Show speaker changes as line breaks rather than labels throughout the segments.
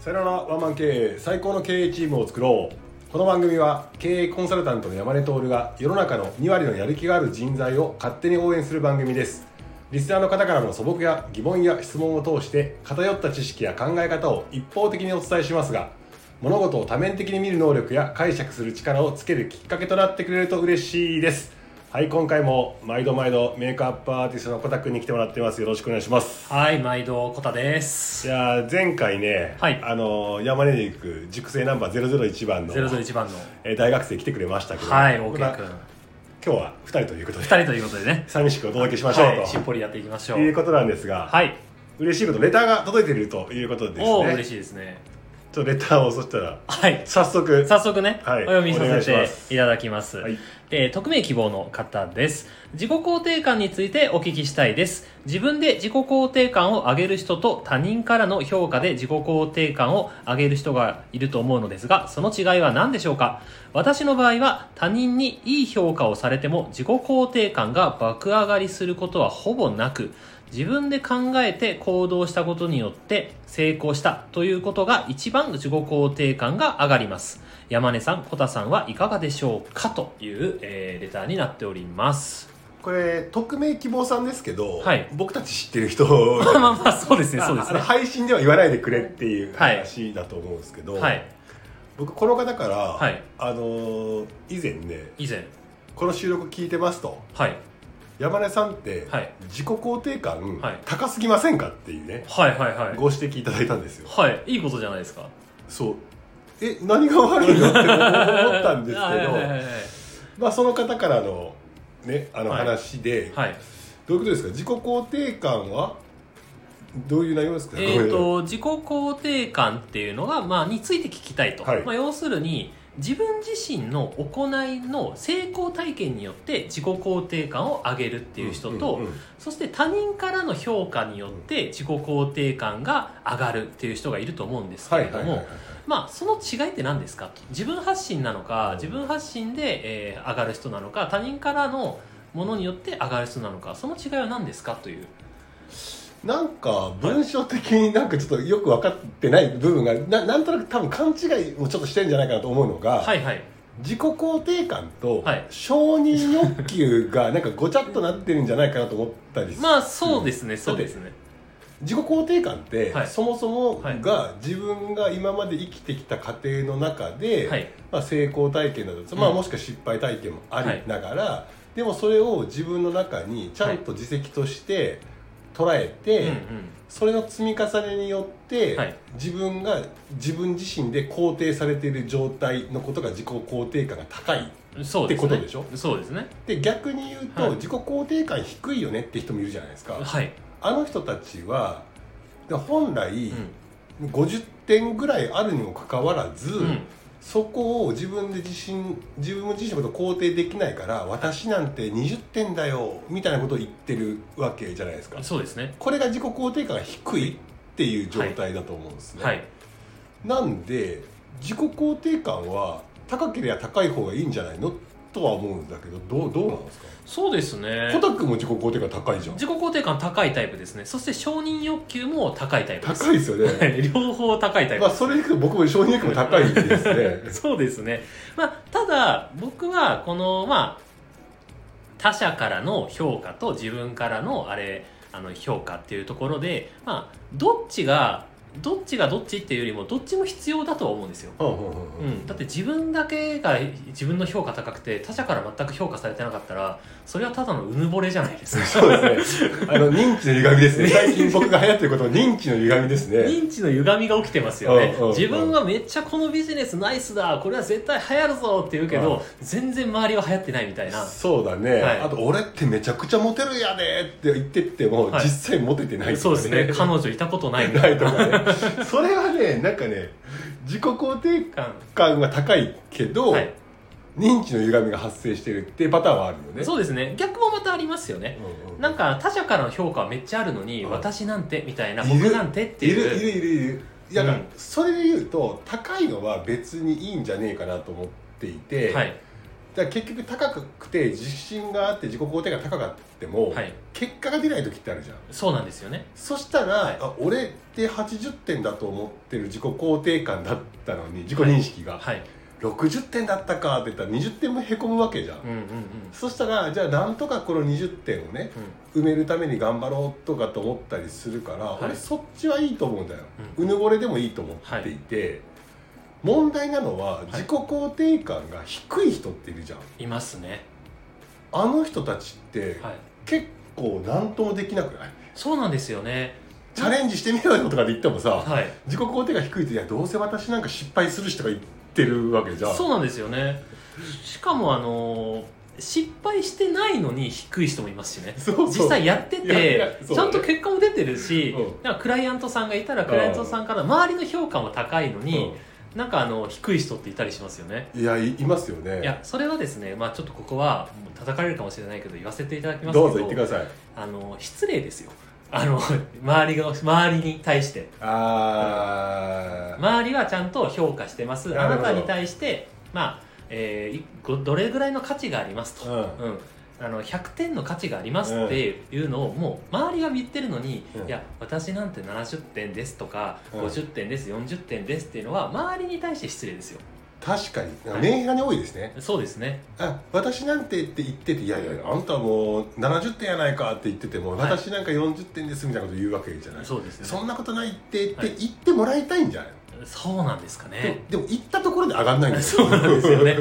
さよならワンマン経営最高の経営チームを作ろうこの番組は経営コンサルタントの山根徹が世の中の2割のやる気がある人材を勝手に応援する番組ですリスナーの方からの素朴や疑問や質問を通して偏った知識や考え方を一方的にお伝えしますが物事を多面的に見る能力や解釈する力をつけるきっかけとなってくれると嬉しいですはい今回も毎度毎度メイクアップアーティストのコタくんに来てもらってますよろしくお願いします
はい、毎度コタで
い
す。
やー前回ね、
はい
あのー山根に行く塾生ナンバー001番の
ゼロゼロ一番の。
えー大学生来てくれましたけど、
はい、オー
ま
ケ
た
ーくん。
今日は2人ということで
二人ということでね。
寂しくお届けしましょう
はい、しっぽりやっていきましょ
と
う。
いうことなんですが、
はい。
嬉しいことレターが届いているということですね
おお、嬉しいですね。
ちょっとレターをそしたら
はい。
早速
早速ね、
はい
お読みさせ
お願い
て
します
いただきます、
はい
えー匿名希望の方です自己肯定感についてお聞きしたいです自分で自己肯定感を上げる人と他人からの評価で自己肯定感を上げる人がいると思うのですがその違いは何でしょうか私の場合は他人にいい評価をされても自己肯定感が爆上がりすることはほぼなく自分で考えて行動したことによって成功したということが一番自己肯定感が上がります山根さん、小田さんはいかがでしょうかという、えーレターになっております。
これ匿名希望さんですけど、
はい
僕たち知ってる人ま
まあまあまあ、そう ですね、そうですね。
配信では言わないでくれっていう話だと思うんですけど、
はい。
僕この方から、
はい
あのー以前ね
以前。
この収録聞いてますと
はい。
山根さんって
はい
自己肯定感
はい
高すぎませんかっていうね、
はいはいはい。
ご指摘いただいたんですよ
はい。いいことじゃないですか。
そうえ何が悪いのって思った んです
はいはいはいは
け
い
どまあその方からのねあの
はい
話で、
はい。
どういうことですか自己肯定感はどういう内容ですか
えー、
ごめんなさい
と自己肯定感っていうのが、まあ、について聞きたいと、
はい
まあ、要するに自分自身の行いの成功体験によって自己肯定感を上げるっていう人
う
と、
んうんうん
そして他人からの評価によって自己肯定感が上がるっていう人がいると思うんですけ
はい
れ
はい
ど
はい
も、
はい
まあ、その違いって何ですかと自分発信なのか自分発信で、えー上がる人なのか他人からのものによって上がる人なのかその違いは何ですかという
なんか文章的になんかちょっとよく分かってない部分がななんとなく多分勘違いをちょっとしてるんじゃないかなと思うのが、
はいはい
自己肯定感と
はい
承認欲求がなんかごちゃっとなってるんじゃないかなと思ったりする、
まあそうですね、そうですね
自己肯定感って、
はい
そもそも
はい
が自分が今まで生きてきた過程の中で、
はい
まあ、成功体験だとか、まあ、
うん
もしくは失敗体験もあ
はい
りながら、でもそれを自分の中にちゃんと自責として捉えて、
うんうん
それの積み重ねによって、
はい
自分が自分自身で肯定されている状態のことが自己肯定感が高い
そう
って
ですね
ことでしょ
そうですね
で逆に言うと、
はい
自己肯定感低いよねって人もいるじゃないですか、
はい、
あの人たちは本来
うん、
50点ぐらいあるにもかかわらず、
うん
そこを自分で自信自分自身のことを肯定できないから私なんて20点だよみたいなことを言ってるわけじゃないですか
そうですね
これが自己肯定感が低いっていう状態だと思うんですね、
はい
なんで自己肯定感は高ければ高い方がいいんじゃないのとは思うんだけどどうどうなんですか
そうですね
コタくんも自己肯定感高いじゃん
自己肯定感高いタイプですねそして承認欲求も高いタイプです
高いですよね
はい 両方高いタイプ
まあ、それに僕も承認欲も高いです ね
そうですね。まあ、ただ、僕は、この、まあ、他者からの評価と自分からの、あれ、あの、評価っていうところで、まあ、どっちが、どっちがどっちっていうよりも、どっちも必要だとは思うんですよ。
うんうんうん
う
うん
ん、だって自分だけが自分の評価高くて他者から全く評価されてなかったらそれはただのうぬぼれじゃないですか
そうですねあの認知の歪みです ね最近僕が流行ってることの認知の歪みですね
認知の歪みが起きてますよね
うんうんうん
自分はめっちゃこのビジネスナイスだこれは絶対流行るぞって言うけど全然周りは流行ってないみたいな
そうだね、
はい
あと俺ってめちゃくちゃモテるやでって言ってっても、
はい
実際モテてない
そうです ね彼女いたことないみた
ないいと
な
か ねそれはねなんかね自己肯定感が高いけど、
はい
認知の歪みが発生してるっていうパターンはあるよね
そうですね逆もまたありますよね
うんうん
なんか他者からの評価はめっちゃあるのに、
うん
私なんてみたいない
る
僕なんてって
い
い
る
う
いるいるいるだから、
うん
それで言うと高いのは別にいいんじゃねえかなと思っていて、
はい
だから結局高くて自信があって自己肯定が高かっても、
はい
結果が出ない時ってあるじゃん
そうなんですよね
そしたら、あ俺って80点だと思ってる自己肯定感だったのに自己認識が、
はい
60点だったかって言ったら20点もへこむわけじゃん、
うんうんうん
そしたらじゃあなんとかこの20点をね埋めるために頑張ろうとかと思ったりするから、
はい
俺そっちはいいと思うんだよ、
う
うぬぼれでもいいと思っていて、問題なのは自己肯定感が低い人っているじゃん、
いますね
あの人たちって
はい
結構何ともできなくない、
そうなんですよね
チャレンジしてみろよとかで言ってもさ、
はい
自己肯定が低いといやどうせ私なんか失敗するしとか言ってるわけじゃん
そうなんですよねしかもあのー失敗してないのに低い人もいますしね
そうそう
実際やって
いやいや
て
そう
ちゃんと結果も出てるし、
うん
なんかクライアントさんがいたらクライアントさんから周りの評価も高いのに、なんかあの低い人っていたりしますよね
うんいやいいますよね
いやそれはですね、まあ、ちょっとここはもう叩かれるかもしれないけど言わせていただきますけ
ど
ど
うぞ言ってください
あの失礼ですよあの 周りが周りに対して
あー、
周りはちゃんと評価してます
な
あ
るほ
な
ど
たに対して、まあえーいごどれぐらいの価値がありますと、
うん
うんあの100点の価値がありますっていうのをもう周りが見ってるのに、
うん
いや私なんて70点ですとか、
うん
50点です40点ですっていうのは周りに対して失礼ですよ
確かに
はい
メンヘラに多いですね、
そうですね
あ私なんてって言ってていやいやあんたもう70点やないかって言ってても、
はい
私なんか40点ですみたいなこと言うわけじゃない
そうですね
そんなことないってっ
は
て
い
言ってもらいたいんじゃないの、
そうなんですかね
でもでも言ったところで上がんないんです
そうなんですよね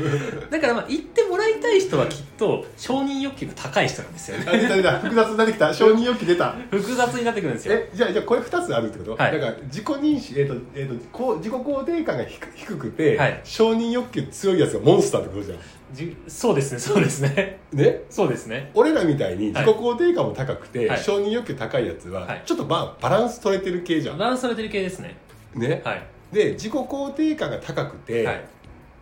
だからまあ言ってもらいたい人はきっと承認欲求が高い人なんですよね
あ出た出た複雑になってきた承認欲求出た
複雑になってくるんですよ
えじゃあじゃあこれ2つあるってこと、
はい
だから自己認識えっ、と,、えー、とこう自己肯定感が低く低くて、
はい
承認欲求強いやつがモンスターってことじゃん
じそうですねそうですね
ね
そうですね
俺らみたいに自己肯定感も高くて、
はい
承認欲求高いやつは、
はい
ちょっとババランス取れてる系じゃ
バ
ん、
ランスされてる系ですね
ね
はい
で自己肯定感が高くて、
はい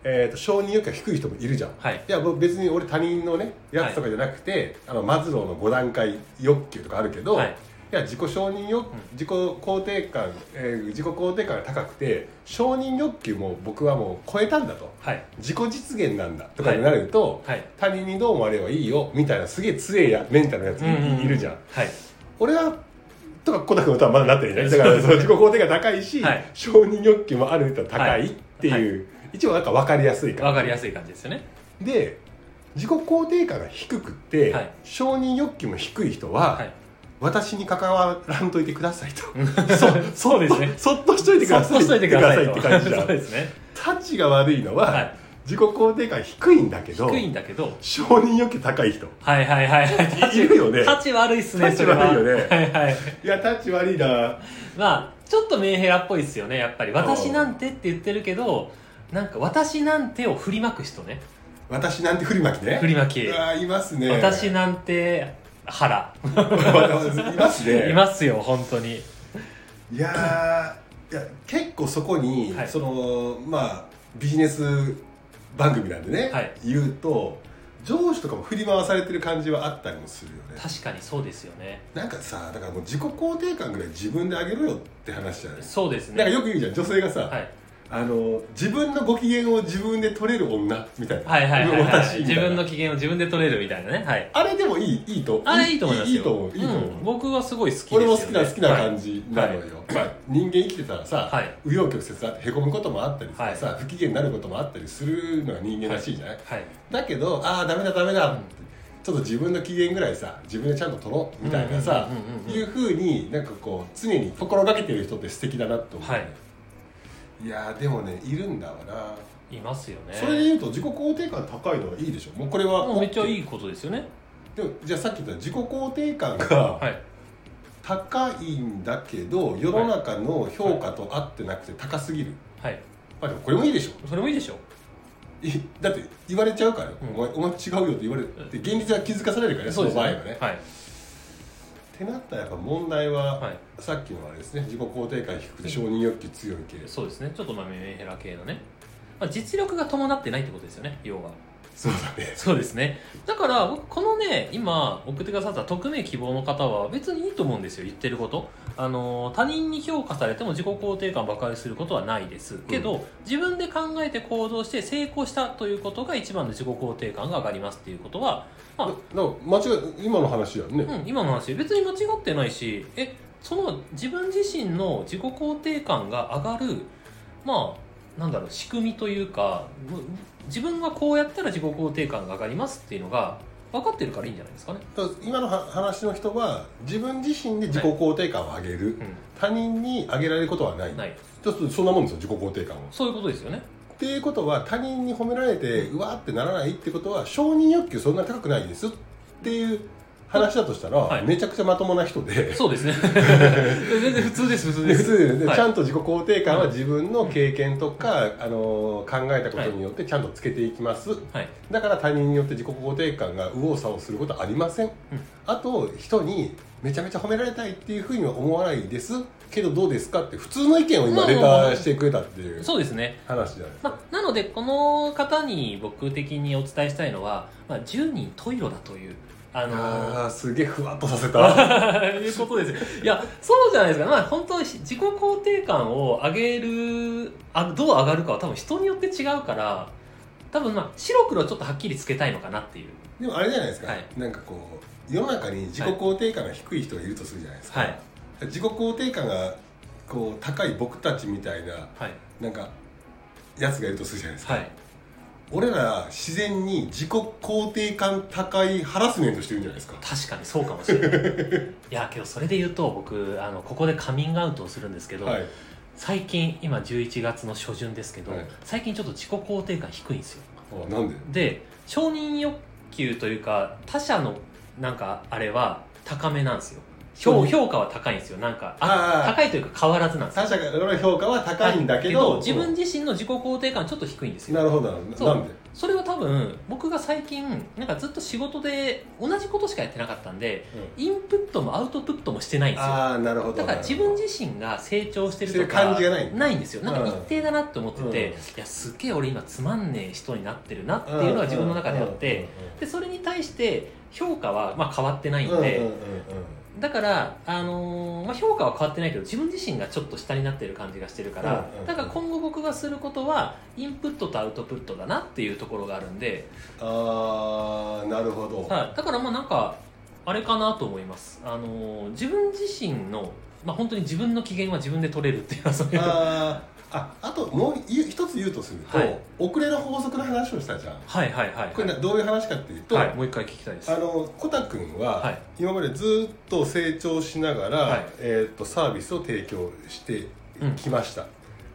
えー、と承認欲求が低い人もいるじゃん、
はい
やもう別に俺他人のねやつとかじゃなくて、あのマズローの5段階欲求とかあるけど、
はい
い、や自己承認欲自己肯定感、えー自己肯定感が高くて承認欲求も僕はもう超えたんだと
はい
自己実現なんだとかになると、
はい
他人にどう思われればいいよみたいなすげえ強えやメンタルのやついいるじゃん、
はい
俺はとかコタ君とはまだなってるじゃんだからその自己肯定が高いし、
はい
承認欲求もある人は高いっていう、一応なんか分かりやすいから
わかりやすい感じですよね
で自己肯定感が低くて、
はい
承認欲求も低い人は、
はい
私に関わらんといてくださいと
そうそうですね
そっとしといてください
そっとしといてください
っ
と
て感じだ
そうですね
タッチが悪いのは、
はい
自己肯定感低いんだけど
低いんだけど
承認欲求高い人
はいはいはいはい
いるよね
タチ悪いっすね
タチ
それは
悪いよね
はいはい
いやタッチ悪いな
まあちょっとメンヘラっぽいですよねやっぱり私なんてって言ってるけどなんか私なんてを振りまく人ね
私なんて振りまきね
振りまき
うわいますね
私なんて腹
いますね
いますよ本当に
いやーいや結構そこに、
はい
そのまあビジネス番組なんでね、
はい
言うと上司とかも振り回されてる感じはあったりもするよね
確かにそうですよね
なんかさだからもう自己肯定感ぐらい自分であげろよって話じゃない
そうです
な
ね
んかよく言うじゃん女性がさ、
はい、
あの自分のご機嫌を自分で取れる女みたいな、
はいはいはいはい
私みた
自
いな
分の機嫌を自分で取れるみたいなねはい
あれでもいいいいと
あれいいと思いますよ
いいと思ういいと思う、
うん僕はすごい好きですよ、
俺
ね、
も好きな好きな感
じ
じなのよ、まあ、人間生きてたらさ、
はい
紆余曲折あってへこむこともあったりさ,、
はい
さ不機嫌になることもあったりするのが人間らしいじゃない、
はい、
だけどああダメだダメだ、ちょっと自分の機嫌ぐらいさ自分でちゃんと取ろうみたいなさ
うんうんうんうんうん
いうふうになんかこう常に心がけてる人って素敵だなと思う、
はい
いやーでもねいるんだわな、
い、ますよね
それで言うと自己肯定感高いのはいいでしょもうこれは
もうめっちゃい
い
いことですよね
でもじゃあさっき言った自己肯定感が、
はい
高いんだけど世の中の評価と合ってなくて高すぎる、
はい
まあでもこれもいいでしょ
それもいいでしょ
いだって言われちゃうから、
ん
お前お前違うよって言われるで現実が気づかされるからねその
です
場合
よ
はね、
はい
ってなったらやっぱ問題は、
はい
さっきのあれですね自己肯定感低くて承認欲求強い系、
そうですねちょっとまあメンヘラ系のね、まあ、実力が伴ってないってことですよね要は
そうだね
そうですねだから僕このね今送ってくださった匿名希望の方は別にいいと思うんですよ言ってることあの他人に評価されても自己肯定感を爆上げすることはないですけど、自分で考えて行動して成功したということが一番の自己肯定感が上がりますっていうことは、まあ
だだから間違い今の話やんね、
うん、今の話別に間違ってないしえその自分自身の自己肯定感が上がるまあなんだろう仕組みというかむ自分がこうやったら自己肯定感が上がりますっていうのが分かってるからいいんじゃないですかね、
だから今のは話の人は自分自身で自己肯定感を上げる、他人に上げられることはない
うん、ない
ちょっとそんなもんですよ自己肯定感は
そういうことですよね
っていうことは他人に褒められてうわーってならないってことは承認欲求そんな高くないですっていう話だとしたら、
はい
めちゃくちゃまともな人で
そ うですね全然普通です普通
で
で
普
す
通で
はい
ちゃんと自己肯定感は自分の経験とか、あのー考えたことによってちゃんとつけていきます、
はい
だから他人によって自己肯定感が右往左往することはありません、あと人にめちゃめちゃ褒められたいっていうふうには思わないですけどどうですかって普通の意見を今レターしてくれたっていう
そうですね
話じゃないですか
まあ、なのでこの方に僕的にお伝えしたいのは、まあ、10人トイロだというあのー
あーすげえふわっとさせた
いうことですよいやそうじゃないですか、まあ、本当に自己肯定感を上げるあどう上がるかは多分人によって違うから多分まあ白黒ちょっとはっきりつけたいのかなっていう
でもあれじゃないですか、
はい
なんかこう世の中に自己肯定感が低い人がいるとするじゃないですか、
はい
自己肯定感がこう高い僕たちみたいな
はい
なんかやつがいるとするじゃないですか、
はい
俺ら自然に自己肯定感高いハラスメントしてるんじゃないですか
確かにそうかもしれないいやけどそれで言うと僕あのここでカミングアウトをするんですけど、
はい
最近今11月の初旬ですけど、
はい
最近ちょっと自己肯定感低いんですよ
あなんで
で承認欲求というか他者のなんかあれは高めなんですよ
う
評
ん
評価は高いんですよなんか
あ
あ
あ
高いというか変わらずなんですよ
他者からの評価は高いんだけど、
自分自身の自己肯定感ちょっと低いんですよ
なるほどなるほど
そう
なんで
それは多分僕が最近なんかずっと仕事で同じことしかやってなかったんでインプットもアウトプットもしてないんですよ
ああなるほど
だから自分自身が成長してるとか
してる感じがない
ないんですよなんか一定だなって思ってて、
うん
いやすっげえ俺今つまんねえ人になってるなっていうのは自分の中であって、でそれに対して評価はまあ変わってないん
うん
で、
うんうんうんうんうん
だから、あのーまあ、評価は変わってないけど自分自身がちょっと下になってる感じがしてるから、
うんうんうん
だから今後僕がすることはインプットとアウトプットだなっていうところがあるんで、
ああなるほど、
はい、だからまあなんかあれかなと思います、あのー自分自身の、まあ、本当に自分の機嫌は自分で取れるっていうのはそういうは
あーああともうい一つ言うとすると、
はい
遅れの法則の話をしたじゃん
いはいはい
これなどういう話かっていうと、
はい、もう一回聞きたいです
あのコタ君
は
はい今までずっと成長しながら、
はい
えー、とサービスを提供してきました、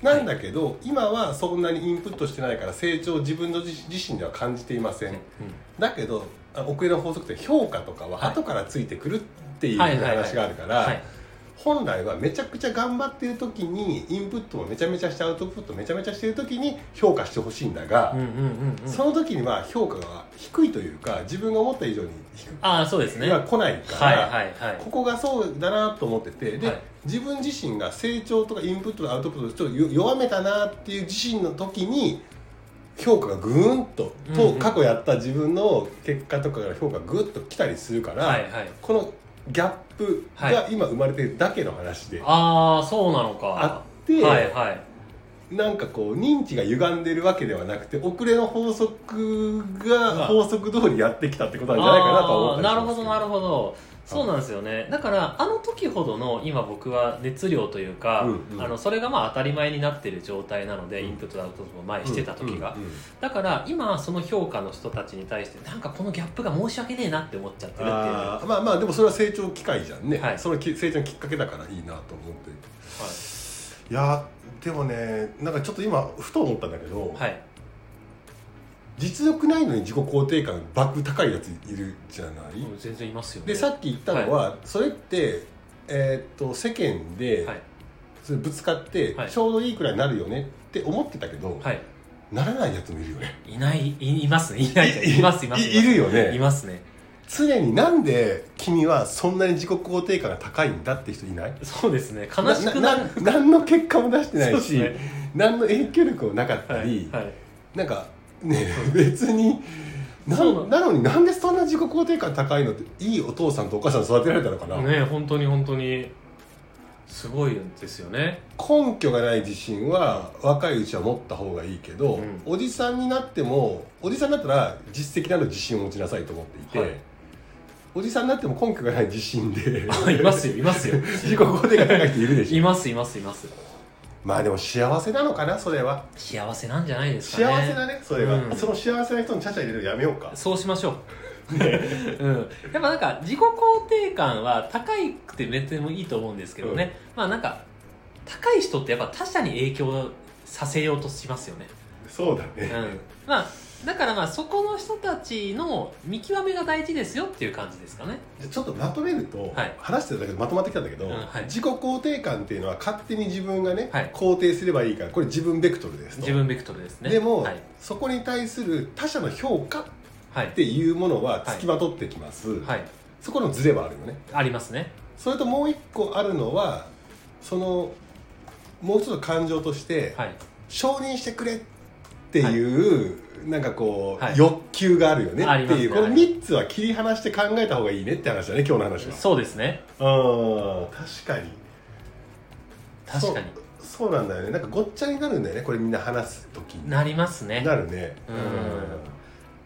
なんだけど、今はそんなにインプットしてないから成長を自分の自自身では感じていません、
う
だけどあ遅れの法則って評価とかは
はい
後からついてくるっていう
はいはいはい
話があるか
んはい
ら本来はめちゃくちゃ頑張ってる時にインプットもめちゃめちゃしてアウトプットめちゃめちゃしてる時に評価してほしいんだが、
うんうんうんうん
その時には評価が低いというか自分が思った以上に低く
ああそうですね
今
はい
来ないから、
はいはい
ここがそうだなと思っててで、
はい
自分自身が成長とかインプットとかアウトプットをちょっと弱めたなっていう自身の時に評価がぐーんと,と、
うんうん
過去やった自分の結果とかから評価がぐっと来たりするから、
はいはい
このギャップが今生まれてるだけの話で
ああそうなのか
あって、
はいはい
なんかこう認知が歪んでるわけではなくて遅れの法則が法則通りやってきたってことなんじゃないかなとは思ったり
あー
し
なる
ま
ほ
す
どなるほどそうなんですよねだからあの時ほどの今僕は熱量というか、
うんうん
あのそれがまあ当たり前になってる状態なので、インプットアウトプットも前にしてた時が、
うんうんうん
だから今その評価の人たちに対してなんかこのギャップが申し訳ねえなって思っちゃってるっていうのが
あーまあまあでもそれは成長機会じゃんね、
はい
そのき成長のきっかけだからいいなと思って
はい
やーでもねなんかちょっと今ふと思ったんだけど、
い、はい、
実力ないのに自己肯定感爆高いやついるじゃない、
もう全然いますよね
でさっき言ったのは、それってえーっと世間で
はい
それぶつかって
はい
ちょうどいいくらいになるよねって思ってたけど、
はい
ならないやつもいるよね
いないいいますね いないじゃんいますいます
いいるよね
いますね
常になんで君はそんなに自己肯定感が高いんだって人いない
そうですね悲しくなる
何の結果も出してないし、
そうです
何の影響力もなかった
はい
り、
はい
なんかね別にな
そう
なのになんでそんな自己肯定感高いのっていいお父さんとお母さんに育てられたのかな、
ね本当に本当にすごいんですよね
根拠がない自信は若いうちは持った方がいいけど、
うん
おじさんになってもおじさんだったら実績など自信を持ちなさいと思っていて、
はい
おじさんになっても根拠がない自信で
あ いますよいますよ
自己肯定感高い人いるでし
い
ょ
ますいますいます
まあでも幸せなのかなそれは
幸せなんじゃないです
幸
かね
せだねそれは、
うん
その幸せな人にちゃちゃ入れるのやめようか
そうしましょう、 うん、やっぱなんか自己肯定感は高いくて別にもいいと思うんですけどね、まあなんか高い人ってやっぱ他者に影響させようとしますよね、
そうだね、
うん、まあだからまあそこの人たちの見極めが大事ですよっていう感じですかね
じゃあちょっとまとめると、
はい
話してただけでまとまってきたんだけど、
うんはい
自己肯定感っていうのは勝手に自分がね、
はい
肯定すればいいからこれ自分ベクトルですと
自分ベクトルですね
でも、
はい、
そこに対する他者の評価っ
はい
ていうものは付きまとってきます、
はい、
そこのズレはあるよね
ありますね
それともう一個あるのはそのもう一つの感情として、
はい
承認してくれっていう、なんかこう、
はい
欲求があるよね
あ
っ
り
て
ます
い
ね
う、この3つは切り離して考えた方がいいねって話だね今日の話は
そうですね
うん確かに
確かに
そうそうなんだよねなんかごっちゃになるんだよねこれみんな話す時に
なりますね
なるね
うん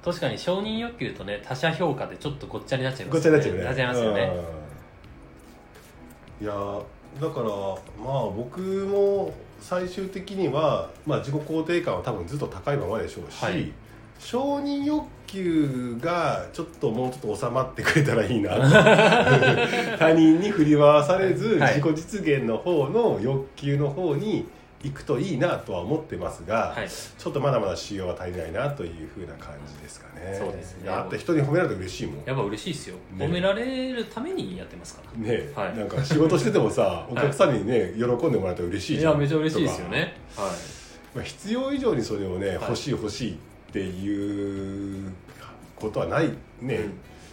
確かに承認欲求とね他者評価でちょっとごっちゃになっちゃいます
ごっちゃになっちゃうね
なっちゃいますよね、
うんいやーだからまあ僕も最終的には、まあ、自己肯定感は多分ずっと高いままでしょうし、
はい
承認欲求がちょっともうちょっと収まってくれたらいいなと 他人に振り回されず、
はい
自己実現の方の欲求の方に行くといいなとは思ってますが、
はい
ちょっとまだまだ仕様は足りないなというふうな感じですかね。
そうですね
だって人に褒められて嬉しいもん
やっぱ嬉しいですよ、
ね
褒められるためにやってますから
ね、
はい
なんか仕事しててもさ、
い
お客さんにね喜んでもらえたら嬉しい
い
じゃん
やめちゃ嬉しいですよねは
とかまあ、必要以上にそれをね、
い
欲しい欲しいっていうことはないね、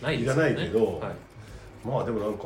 い、ないですよ
いらないけど
はい、
まあでもなんか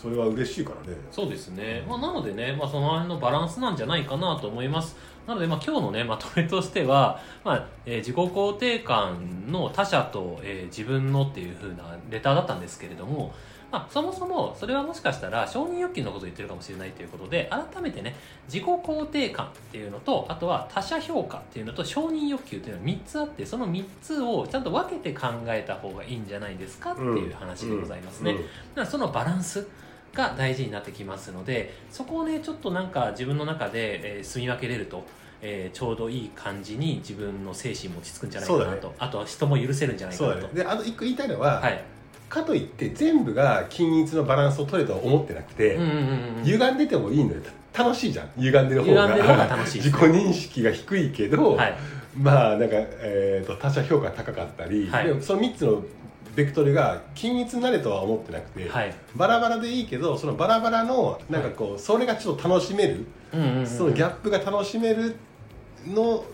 それは嬉しいからね
そうですね、まあ、なのでね、まあ、その辺のバランスなんじゃないかなと思いますなので、まあ、今日のねまとめとしては、まあえー自己肯定感の他者と、えー自分のっていう風なレターだったんですけれども、まあ、そもそもそれはもしかしたら承認欲求のことを言ってるかもしれないということで改めてね自己肯定感っていうのとあとは他者評価っていうのと承認欲求っていうのは3つあってその3つをちゃんと分けて考えた方がいいんじゃないですかっていう話でございますね。
うんうん
だからそのバランスが大事になってきますのでそこをねちょっとなんか自分の中で、えー住み分けれると、えーちょうどいい感じに自分の精神も落ち着くんじゃないかな
そ
と、あとは人も許せるんじゃないか
そう
な
だ
と、
ねであと一個言いたいのは、
はい、
かといって全部が均一のバランスを取れとは思ってなくて、
うんうんうんうん
歪んでてもいいのよ楽しいじゃん歪んでる方が
歪んでる方が楽しい です
自己認識が低いけど、
はい
まあなんか、えー、と他者評価高かったり、
はい
でもその3つのベクトルが均一になれとは思ってなくて、
はい
バラバラでいいけどそのバラバラのなんかこう、それがちょっと楽しめる、
うんうんうん
そのギャップが楽しめるの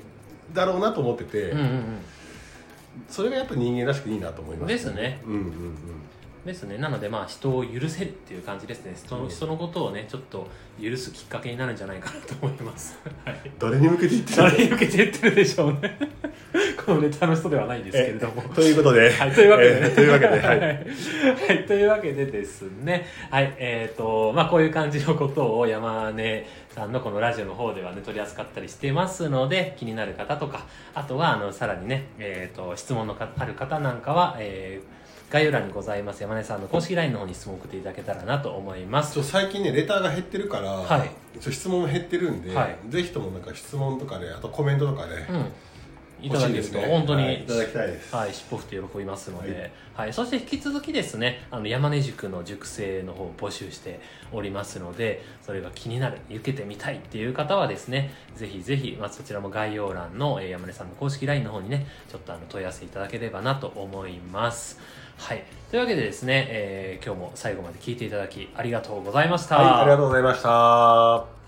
だろうなと思ってて、
うんうんうん
それがやっぱ人間らしくいいなと思います
ですね
うんうんうん
ですねなのでまあ人を許せるっていう感じですね人の,、
うん
人のことをねちょっと許すきっかけになるんじゃないかなと思います、はい、
誰に向けて言ってる
誰に向けて言ってるでしょうねこのネタの人ではないですけれども
えということで、
はい、というわけで、
えーというわけで、はい、
はい、というわけでですね、はい、えっ、と、まあ、こういう感じのことを山根さんのこのラジオの方ではね、取り扱ったりしてますので、気になる方とか、あとは、あの、さらにね、えっ、と、質問のかある方なんかは、えー概要欄にございます山根さんの公式 LINE の方に質問を送っていただけたらなと思います。
ちょ最近ねレターが減ってるから、
はい
ちょ質問も減ってるんで、
はい
ぜひともなんか質問とかねあとコメントとかね、
うん、い
欲
ただ
しい
け
で
る
す
と、
ね
本当に、
はいいただきたいです
はい、尻尾振って喜びますので、
は
はいそして引き続きですねあの山根塾の塾生の方を募集しておりますのでそれが気になる受けてみたいっていう方はですねぜひぜひ、まあ、そちらも概要欄のえー山根さんの公式 LINE の方にねちょっとあの問い合わせいただければなと思います。はい、というわけでですね、えー今日も最後まで聞いていただきありがとうございました。
はい、ありがとうございました。